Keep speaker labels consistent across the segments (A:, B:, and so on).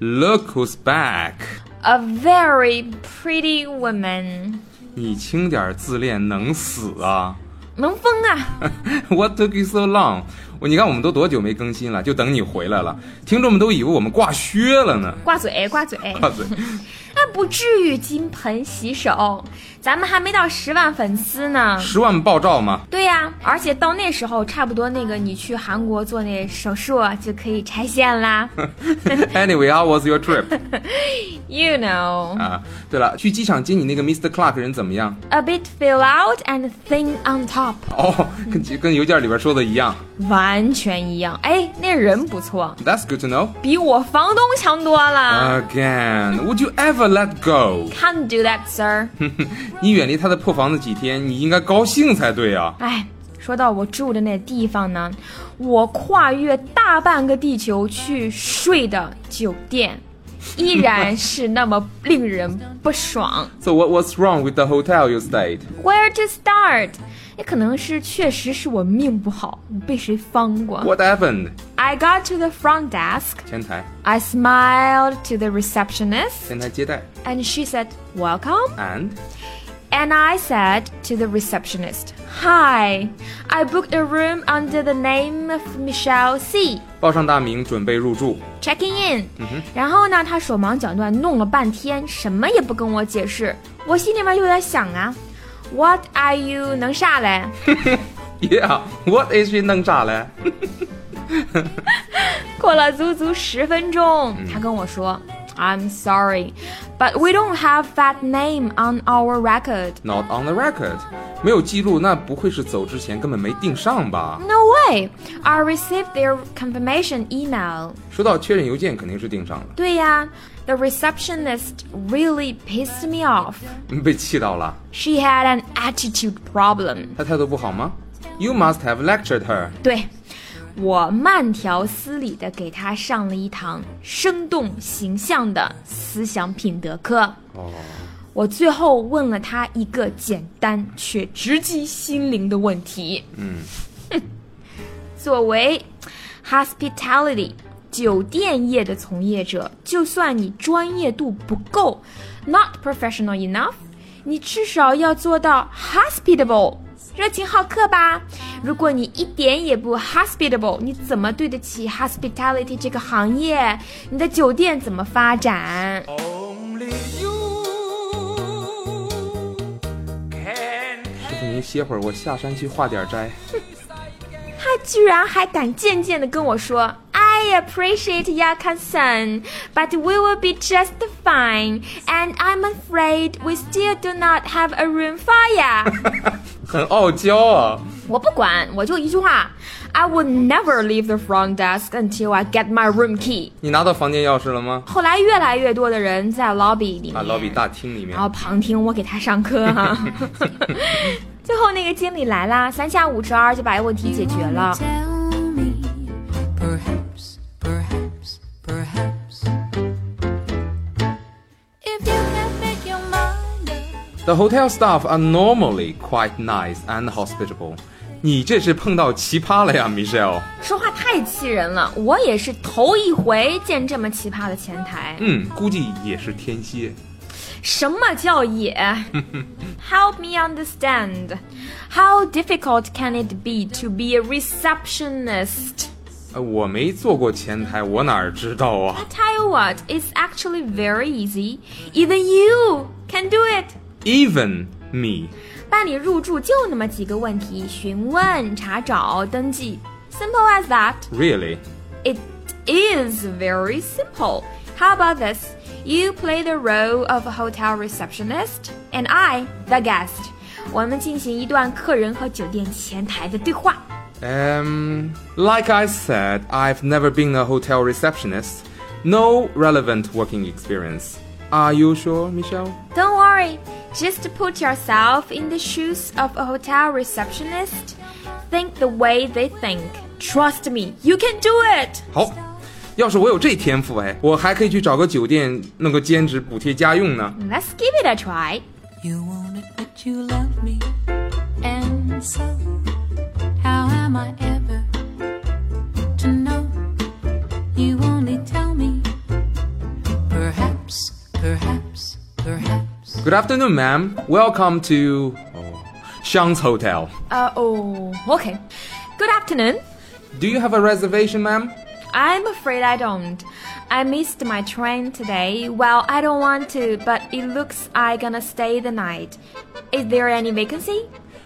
A: Look who's back！
B: A very pretty woman，
A: 你轻点自恋能死啊
B: 能疯啊！
A: ！What took you so long？我你看我们都多久没更新了，就等你回来了。听众们都以为我们挂靴了呢。
B: 挂嘴，挂嘴，
A: 挂嘴，
B: 那不至于金盆洗手。咱们还没到十万粉丝呢。
A: 十万爆照嘛，
B: 对呀、而且到那时候，差不多那个你去韩国做那手术啊就可以拆 线啦。
A: Anyway, how was your trip？
B: You know,
A: 啊，对了，去机场接你那个 Mr. Clark 人怎么样？
B: a bit fill out and thin on top，
A: 哦，跟跟邮件里边说的一样。
B: 完全一样。哎，那人不错，
A: That's good to know.
B: 比我房东强多
A: 啊
B: 了。
A: Again, would you ever let go？
B: Can't do that, sir。
A: 你远离他的破房子几天，你应该高兴才对啊。
B: 哎，说到我住的那地方呢，我跨越大半个地球去睡的酒店，依然是那么令人不爽。
A: So what was wrong with the hotel you stayed？
B: Where to start？也可能是确实是我命不好，被谁方过。
A: What happened？
B: I got to the front desk.
A: 前台，
B: I smiled to the receptionist,
A: 前台接待。
B: and she said, "Welcome."
A: And
B: And I said to the receptionist, Hi, I booked a room under the name of Michelle C.
A: 报上大名，准备入住。
B: Checking in，、然后呢，他手忙脚乱弄了半天，什么也不跟我解释。我心里面就在想啊，What are you 能啥嘞？
A: Yeah，what is she 弄啥嘞？
B: 过了足足十分钟，他跟我说，I'm sorry, but we don't have that name on our record.
A: Not on the record，没有记录，那不会是走之前根本没订上吧？
B: No way, I received their confirmation email.
A: 收到确认邮件，肯定是订上了。
B: 对呀，the receptionist really pissed me off.
A: 嗯被气到了，
B: She had an attitude problem.
A: 她态度不好吗？You must have lectured her。
B: 对，我慢条斯理的给她上了一堂生动形象的思想品德课。
A: 哦，
B: 我最后问了她一个简单却直击心灵的问题。嗯，作为 hospitality 酒店业的从业者，就算你专业度不够，not professional enough，你至少要做到 hospitable。热情好客吧，如果你一点也不 hospitable，你怎么对得起 hospitality 这个行业？你的酒店怎么发展？
C: Only you can
A: 师傅您歇会儿，我下山去化点斋。
B: 他居然还敢贱贱的跟我说，I appreciate your concern, but we will be just fine, and I'm afraid we still do not have a room for ya 。
A: 很傲娇啊。
B: 我不管，我就一句话，I would never leave the front desk until I get my room key。
A: 你拿到房间钥匙了吗？
B: 后来越来越多的人在 lobby 里面，
A: 啊，老比大厅里面
B: 然。后旁听我给他上课哈、 最后那个经理来啦，三下五除二就把问题解决了。
C: tell me. Perhaps, perhaps, perhaps. If you can make your mind up,
A: The hotel staff are normally quite nice and hospitable。你这是碰到奇葩了呀，Michelle。
B: 说话太气人了，我也是头一回见这么奇葩的前台。
A: 嗯，估计也是天蝎。
B: 什么叫也？Help me understand. How difficult can it be to be a receptionist?
A: 呃，我没做过前台，我哪儿知道啊
B: I tell you what, it's actually very easy. Even you can do it.
A: ？Even me。
B: 办理入住就那么几个问题：询问、查找、登记。Simple as that.
A: Really?
B: It is very simple. How about this? You play the role of a hotel receptionist, and I, the guest. 我们进行一段客人和酒店前台的对话。
A: Um, like I said, I've never been a hotel receptionist. No relevant working experience. Are you sure, Michelle?
B: Don't worry, just put yourself in the shoes of a hotel receptionist. Think the way they think. Trust me, you can do it.
A: 好，要是我有这天赋，哎，我还可以去找个酒店弄个兼职补贴家用呢。
B: Let's give it a try.
C: you won't admit you love me. And so, how am I ever to know? You only tell me
A: Good afternoon, ma'am. Welcome to oh, Shang's Hotel.
B: Uh, oh, okay. Good afternoon.
A: Do you have a reservation, ma'am?
B: I'm afraid I don't. I missed my train today. Well, I don't want to, but it looks I gonna stay the night. Is there any vacancy?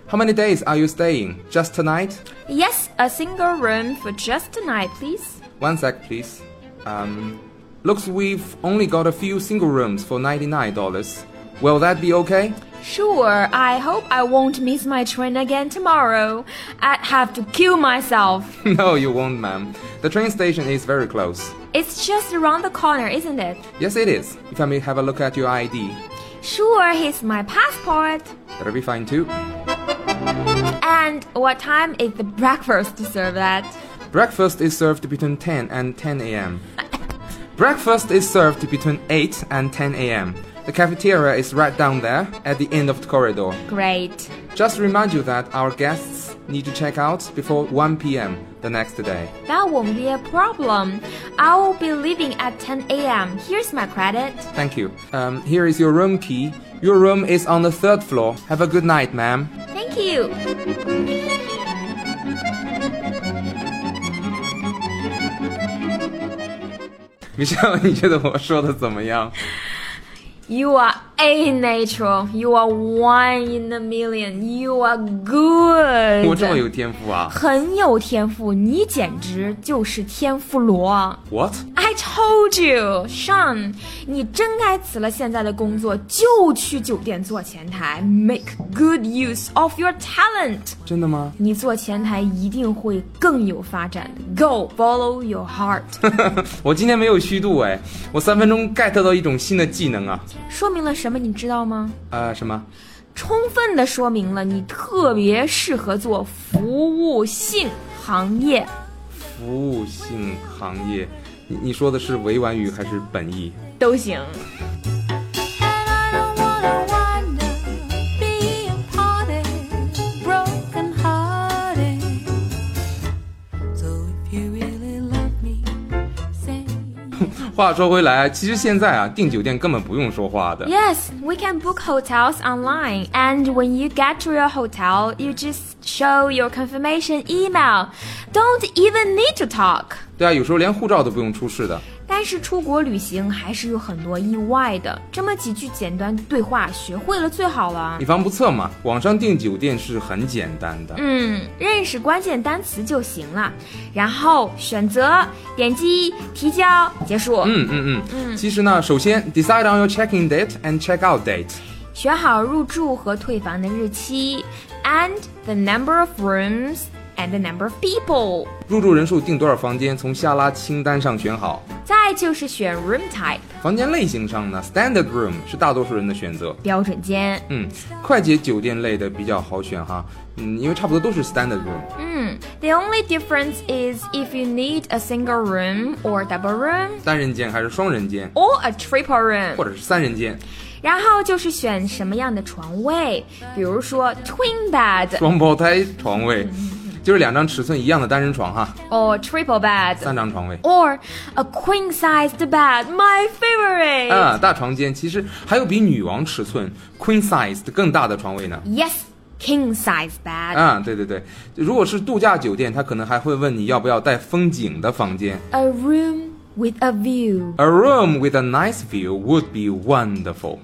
A: How many days are you staying? Just tonight?
B: Yes, a single room for just tonight, please.
A: One sec, please. Um, looks we've only got a few single rooms for $99. Will that be okay?
B: Sure, I hope I won't miss my train again tomorrow. I'd have to kill myself.
A: no, you won't, ma'am. The train station is very close.
B: It's just around the corner, isn't it?
A: Yes, it is. If I may have a look at your ID,
B: Sure, here's my passport.
A: that'll be fine too.
B: And what time is the breakfast served at?
A: Breakfast is served between 10 and 10 a.m. Breakfast is served between 8 and 10 a.m. The cafeteria is right down there at the end of the corridor.
B: Great.
A: Just remind you that our guests need to check out before 1 p.m. the next day.
B: That won't be a problem. I will be leaving at 10 a.m. Here's my credit.
A: Thank you. Um, here is your room key. Your room is on the third floor. Have a good night, ma'am.
B: Thank you.
A: Michelle，你觉得我说的怎么样？
B: You are a natural. You are one in a million. You are good.
A: 我这么有天赋啊
B: 很有天赋，你简直就是天妇罗。
A: ？What？
B: I told you, Sean，你真该辞了现在的工作，就去酒店做前台，make good use of your talent。
A: 真的吗？
B: 你做前台一定会更有发展的。Go follow your heart，
A: 我今天没有虚度哎，我三分钟 get 到一种新的技能啊！
B: 说明了什么？你知道吗？
A: 呃，什么？
B: 充分的说明了你特别适合做服务性行业。
A: 服务性行业？你你说的是委婉语还是本意？
B: 都行，
C: And I don't wanna wander, being parted, broken hearted. So if you really love me, say
A: 话说回来，其实现在啊，订酒店根本不用说话的。
B: Yes, we can book hotels online. And when you get to your hotel, you just show your confirmation email. Don't even need to talk.
A: 对啊，有时候连护照都不用出示的。
B: 但是出国旅行还是有很多意外的，这么几句简单对话学会了最好了
A: 以。防不测嘛，网上订酒店是很简单的。
B: 嗯，认识关键单词就行了，然后选择、点击、提交、结束。
A: 嗯嗯嗯。其实呢，首先 decide on your check-in date and check-out date。
B: 选好入住和退房的日期，and the number of rooms and the number of people。
A: 入住人数订多少房间，从下拉清单上选好。
B: 再就是选 room type
A: 房间类型上呢，standard room 是大多数人的选择。
B: 标准间。
A: 嗯，快捷酒店类的比较好选哈。嗯，因为差不多都是 standard room。
B: 嗯，the only difference is if you need a single room or double room
A: 单人间还是双人间，
B: or a triple
A: 或
B: room。
A: 者是三人间，
B: 然后就是选什么样的床位，比如说 twin bed
A: 双胞胎床位，就是两张尺寸一样的单人床哈，
B: or triple bed
A: 三张床位。
B: or a queen sized bed. My favorite.
A: 啊，大床间其实还有比女王尺寸 queen size 的更大的床位呢。
B: Yes, king size bed.
A: 啊，对对对，如果是度假酒店，他可能还会问你要不要带风景的房间。
B: A room with a view.
A: A room with a nice view would be wonderful。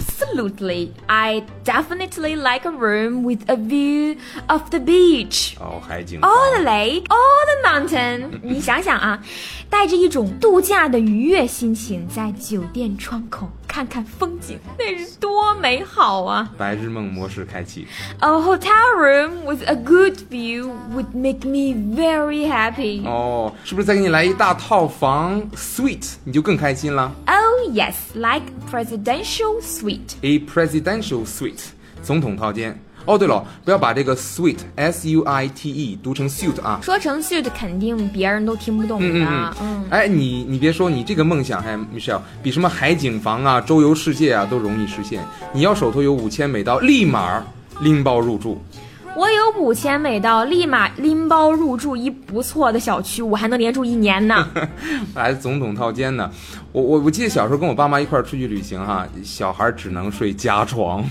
B: Absolutely. I definitely like a room with a view of the beach.
A: 哦，海景房。
B: All the lake, all the mountain. 你想想啊，带着一种度假的愉悦心情，在酒店窗口看看风景，那是多美好啊
A: 白日梦模式开启。
B: ！A hotel room with a good view would make me very happy.
A: 哦，是不是再给你来一大套房 suite，你就更开心了
B: ？Oh yes, like presidential suite.
A: ？A presidential suite，总统套间。哦，对了，不要把这个 suite s u i t e 读成 suit 啊。
B: 说成 suit 肯定别人都听不懂的。
A: 嗯嗯，哎，你你别说，你这个梦想，哎，Michelle，比什么海景房啊、周游世界啊都容易实现。你要手头有五千美刀，立马儿拎包入住。
B: 我有五千美刀，立马拎包入住一不错的小区，我还能连住一年呢。
A: 还是总统套间呢。我我我记得小时候跟我爸妈一块儿出去旅行哈，小孩只能睡家床。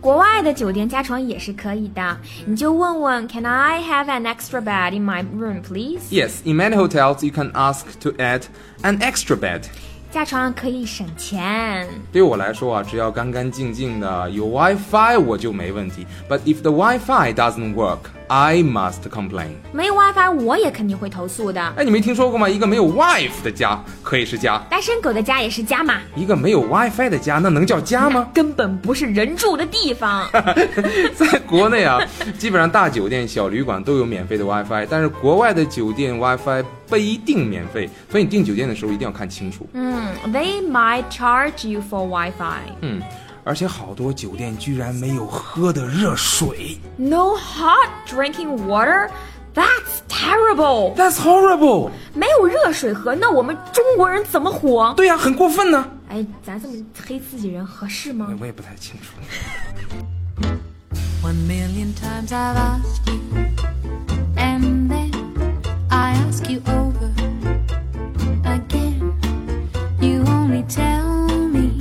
B: 国外的酒店加床也是可以的，你就问问，Can I have an extra bed in my room, please？
A: Yes, in many hotels you can ask to add an extra bed.
B: 加床可以省钱。
A: 对我来说啊，只要干干净净的，有 WiFi 我就没问题。But if the WiFi doesn't work, I must complain.
B: 没 WiFi 我也肯定会投诉的。
A: 哎，你没听说过吗？一个没有 wife 的家可以是家，
B: 单身狗的家也是家嘛，
A: 一个没有 WiFi 的家那能叫家吗？
B: 根本不是人住的地方。
A: 在国内啊，基本上大酒店、小旅馆都有免费的 WiFi，但是国外的酒店 WiFi 不一定免费，所以你订酒店的时候一定要看清楚。
B: 嗯，They might charge you for WiFi.
A: 嗯，而且好多酒店居然没有喝的热水
B: No hot drinking water. That's terrible.
A: ，That's horrible。
B: 没有热水喝，那我们中国人怎么活？
A: 对呀、很过分呢、
B: 哎，咱这么黑自己人合适吗？
A: 我也不太清楚。
C: One million times I've asked you, and then I ask you over again. You only tell me,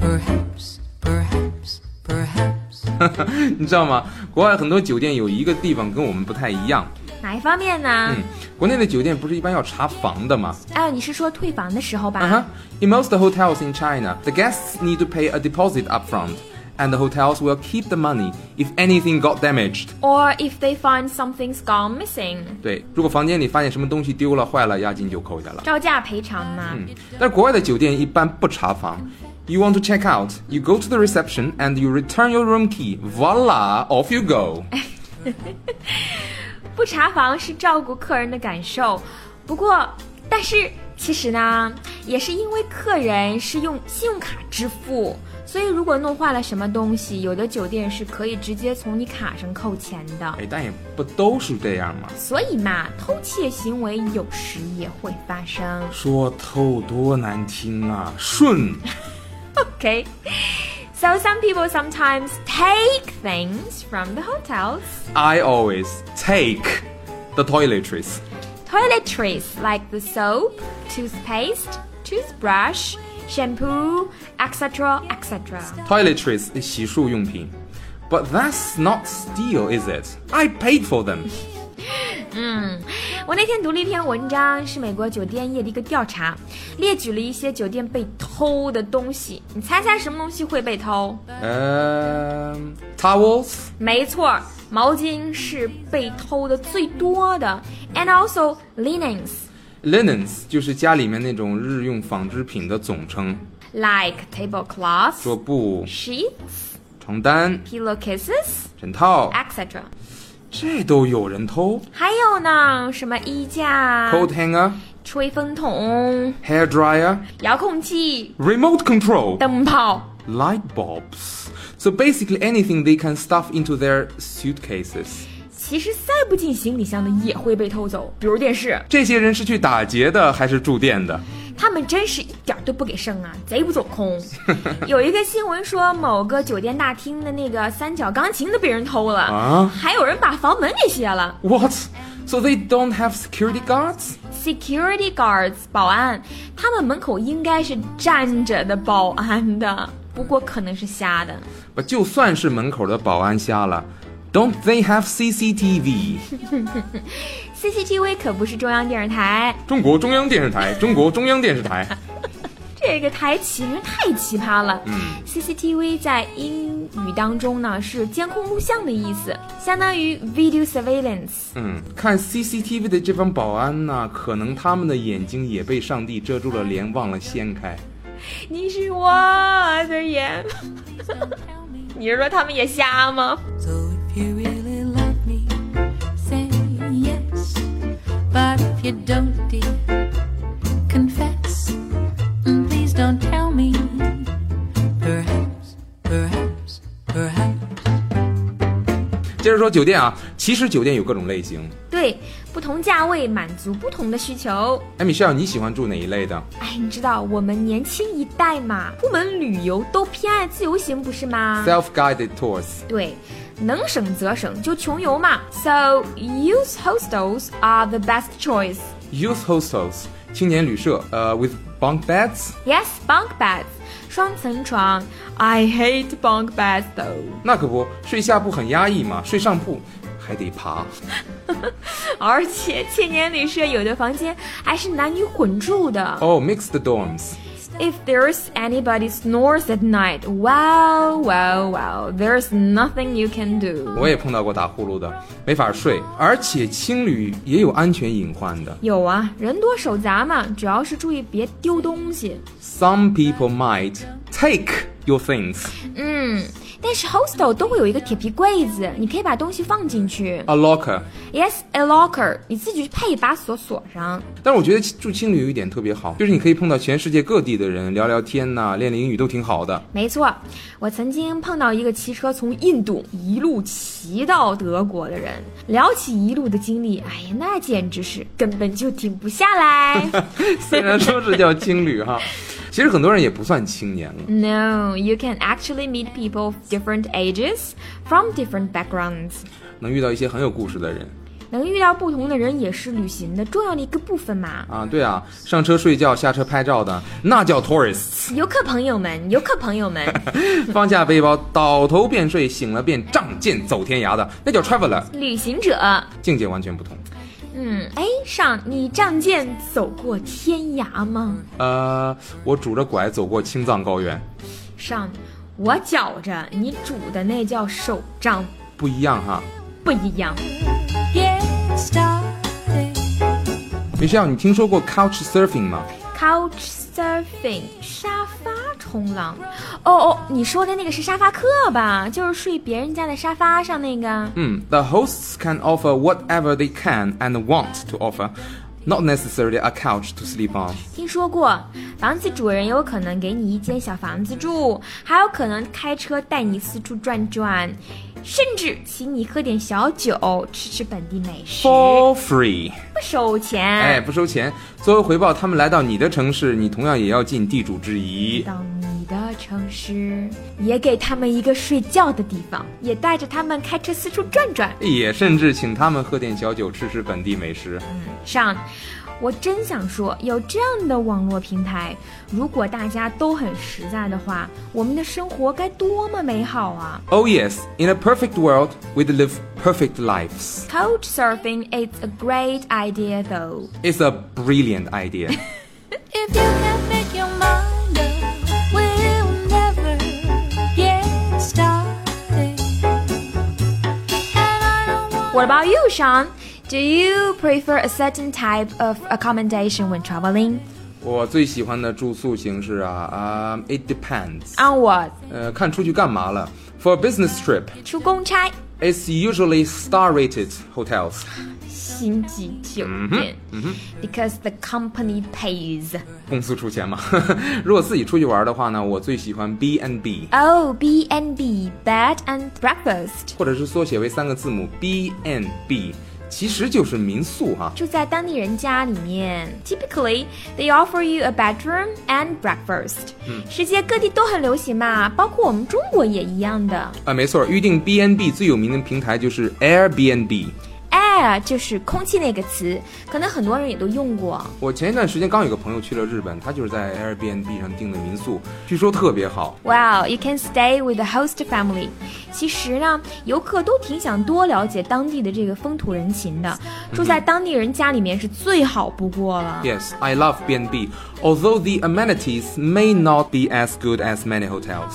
C: perhaps, perhaps, perhaps.
A: 你知道吗？国外很多酒店有一个地方跟我们不太一样。
B: 哪一方面呢
A: 嗯？，国内的酒店不是一般要查房的吗？
B: 哎，你是说退房的时候吧？
A: Uh huh. In most hotels in China, the guests need to pay a deposit upfront, and the hotels will keep the money if anything got damaged.
B: Or if they find something's gone missing，
A: 对，如果房间里发现什么东西丢了、坏了，押金就扣下了。
B: 照价赔偿嘛。
A: 嗯，但是国外的酒店一般不查房。You want to check out? You go to the reception and you return your room key. Voila, off you go.
B: 不查房是照顾客人的感受，不过，但是其实呢，也是因为客人是用信用卡支付，所以如果弄坏了什么东西，有的酒店是可以直接从你卡上扣钱的。
A: 哎，但也不都是这样嘛。
B: 所以嘛，偷窃行为有时也会发生。
A: 说透多难听啊！顺
B: Okay. So some people sometimes take things from the hotels.
A: I always take the toiletries.
B: Toiletries like the soap, toothpaste, toothbrush, shampoo, etc., etc.
A: Toiletries 洗漱用品，But that's not steal, is it? I paid for them.
B: 我那天读了一篇文章，是美国酒店业的一个调查，列举了一些酒店被偷的东西。你猜猜什么东西会被偷？
A: 嗯、t o w e l s
B: 没错，毛巾是被偷的最多的，and also linens。
A: linens 就是家里面那种日用纺织品的总称，
B: like tablecloths,
A: 桌布、
B: sheets,
A: 床单、
B: pillowcases,
A: 枕套，
B: etc.
A: 这都有人偷。
B: 还有呢，什么衣架、啊
A: Coat hanger,
B: 吹风筒、
A: hair dryer,
B: 遥控器、
A: remote control.
B: 灯泡。
A: light bulbs. So basically anything they can stuff into their suitcases.
B: 其实塞不进行李箱的也会被偷走，比如电视。
A: 这些人是去打劫的还是住店的？
B: 他们真是一点儿都不给剩啊，贼不走空。有一个新闻说，某个酒店大厅的那个三角钢琴都被人偷了，
A: 啊
B: 还有人把房门给卸了。
A: What? So they don't have security guards?
B: Security guards 保安，他们门口应该是站着的保安的，不过可能是瞎的。
A: 不，就算是门口的保安瞎了，Don't they have CCTV？
B: CCTV 可不是中央电视台，
A: 中国中央电视台，中国中央电视台。
B: 这个台起名太奇葩了。CCTV 在英语当中呢是监控录像的意思，相当于 video surveillance。
A: 嗯，看 CCTV 的这帮保安呐、可能他们的眼睛也被上帝遮住了帘，忘了掀开。
B: 你是我的眼，
C: Tell me,
B: 你是说他们也瞎吗？
C: so if you really love me, say yes. But if you don't, dear, confess. And please don't tell me. Perhaps, perhaps, perhaps.
A: 接着说酒店啊，其实酒店有各种类型，
B: 对，不同价位满足不同的需求。
A: 哎，Michelle，你喜欢住哪一类的？
B: 哎，你知道我们年轻一代嘛，部门旅游都偏爱自由行，不是啊吗？
A: Self-guided tours.
B: 对，能省则省，就穷游嘛。So youth hostels are the best choice.
A: Youth hostels. 青年旅社, uh, with bunk beds?
B: Yes, bunk beds. 双层床，I hate bunk beds though.
A: 那可不，睡下铺很压抑嘛，睡上铺还得爬。
B: 而且青年旅社有的房间还是男女混住的。
A: Oh, mixed dorms.
B: If there's anybody snores at night, well, well, well, there's nothing you can do.
A: 我也碰到过打呼噜的，没法睡，而且青旅也有安全隐患的。
B: 有啊，人多手杂嘛，主要是注意别丢东西。
A: Some people might take your things.
B: 嗯，但是 hostel 都会有一个铁皮柜子，你可以把东西放进去。
A: A locker.
B: Yes, a locker，你自己配一把锁锁上。
A: 但是我觉得住青旅有一点特别好，就是你可以碰到全世界各地的人聊聊天呐、练练英语都挺好的。
B: 没错，我曾经碰到一个骑车从印度一路骑到德国的人，聊起一路的经历，哎呀，那简直是根本就停不下来。
A: 虽然说是叫青旅哈，其实很多人也不算青年了。
B: No, you can actually meet people of different ages from different backgrounds.
A: 能遇到一些很有故事的人
B: 能遇到不同的人也是旅行的重要的一个部分嘛。
A: 啊，对啊，上车睡觉，下车拍照的，那叫 tourists。
B: 游客朋友们，游客朋友们，
A: 放下背包，倒头便睡，醒了便仗剑走天涯的，那叫 traveler。
B: 旅行者，
A: 境界完全不同。
B: 嗯，哎，上，你仗剑走过天涯吗？
A: 呃，我拄着拐走过青藏高原，
B: 上，我觉着你拄的那叫手杖，
A: 不一样哈。
B: 不一样。
C: Get started.
A: 没事，你听说过 couch surfing 吗？
B: Couch surfing，沙发冲浪。哦哦，你说的那个是沙发客吧？就是睡别人家的沙发上那个。
A: 嗯，the hosts can offer whatever they can and want to offer, not necessarily a couch to sleep on.
B: 听说过，房子主人有可能给你一间小房子住，还有可能开车带你四处转转，甚至请你喝点小酒，吃吃本地美食，
A: For free，
B: 不收钱。
A: 哦哎，不收钱。作为回报，他们来到你的城市，你同样也要尽地主之谊。
B: 到你的城市，也给他们一个睡觉的地方，也带着他们开车四处转转。
A: 也甚至请他们喝点小酒，吃吃本地美食。
B: 嗯上，我真想说，有这样的网络平台，如果大家都很实在的话，我们的生活该多么美好啊
A: Oh yes, in a perfect world, we'd live perfect lives.
B: ！Couch surfing is a great idea, though.
A: It's a brilliant idea.
C: If you can't make your mind up, we'll never get started. And I don't want
B: What about you, Sean? Do you prefer a certain type of accommodation when traveling?
A: 我最喜欢的住宿形式啊啊、i t depends.
B: On what?
A: 呃，看出去干嘛了。For a business trip,
B: 出公差，
A: it's usually star-rated hotels.
B: 星级酒店、because the company pays.
A: 公司出钱嘛。 如果自己出去玩的话呢，我最喜欢 B and B，
B: Oh, B and B, bed and breakfast.
A: 或者是缩写为三个字母 B and B，其实就是民宿哈、
B: 住在当地人家里面。Typically, they offer you a bedroom and breakfast. 世界各地都很流行嘛，包括我们中国也一样的。
A: 啊，没错，预定 B and B 最有名的平台就是 Airbnb。
B: air 就是空气那个词，可能很多人也都用过。
A: 我前一段时间刚有个朋友去了日本，他就是在 Airbnb 上订的民宿，据说特别好。
B: Wow, you can stay with the host family. 其实呢，游客都挺想多了解当地的这个风土人情的，住在当地人家里面是最好不过了。
A: Yes, I love B&B, although the amenities may not be as good as many hotels.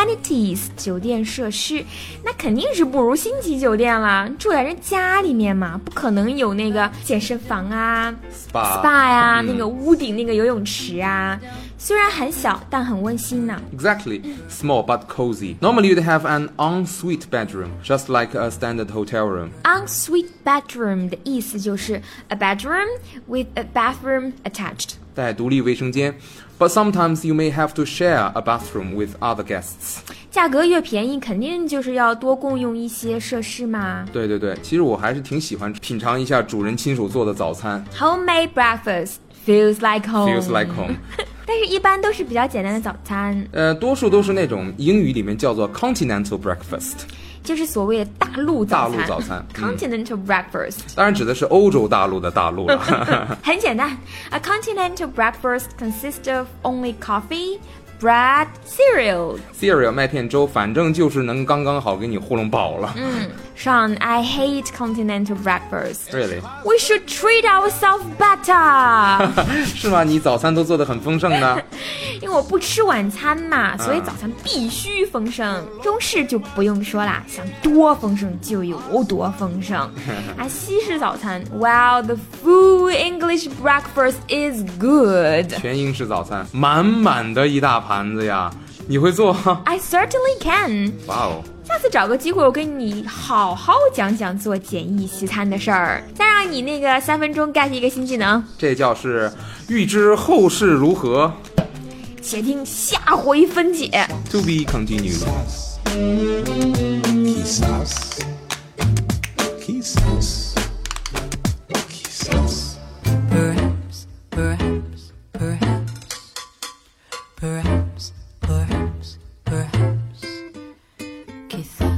B: amenities 酒店设施，那肯定是不如星级酒店啦。住在人家里面嘛，不可能有那个健身房啊、
A: Spa
B: SPA 呀、那个屋顶那个游泳池啊。虽然很小，但很温馨呐、
A: Exactly, small but cozy. Normally you'd have an ensuite bedroom, just like a standard hotel room.
B: Ensuite bedroom 的意思就是 a bedroom with a bathroom attached。
A: 带独立卫生间，but sometimes you may have to share a bathroom with other guests。
B: 价格越便宜，肯定就是要多共用一些设施嘛。
A: 对对对，其实我还是挺喜欢品尝一下主人亲手做的早餐
B: Homemade breakfast feels like home。
A: ，feels like home。
B: 但是，一般都是比较简单的早餐，
A: 呃，多数都是那种英语里面叫做 continental breakfast，
B: 就是所谓的大陆早餐。
A: 大陆早餐嗯
B: （continental breakfast）、
A: 当然指的是欧洲大陆的大陆了。
B: 很简单。A continental breakfast consists of only coffee, bread, cereal.
A: cereal 麦片粥，反正就是能刚刚好给你糊弄饱了。
B: Sean, I hate continental breakfast.
A: Really？
B: We should treat ourselves better.
A: 是吗？你早餐都做得很丰盛呢。
B: 因为我不吃晚餐嘛，所以早餐必须丰盛。中式就不用说啦，想多丰盛就有多丰盛。啊，西式早餐，Well, the full English breakfast is good.
A: 全英式早餐，满满的一大盘子呀！你会做？ 哇
B: I certainly can.
A: 哦，
B: 下次找个机会，我跟你好好讲讲做简易西餐的事儿，再让你那个三分钟 get 一个新技能，
A: 这叫是预知后事如何
B: 且听下回分解。
A: ，to be continued。
D: Quizás. Quizás. Quizás.
C: Perhaps, perhaps, perhaps, perhaps, perhaps, perhaps, quizás.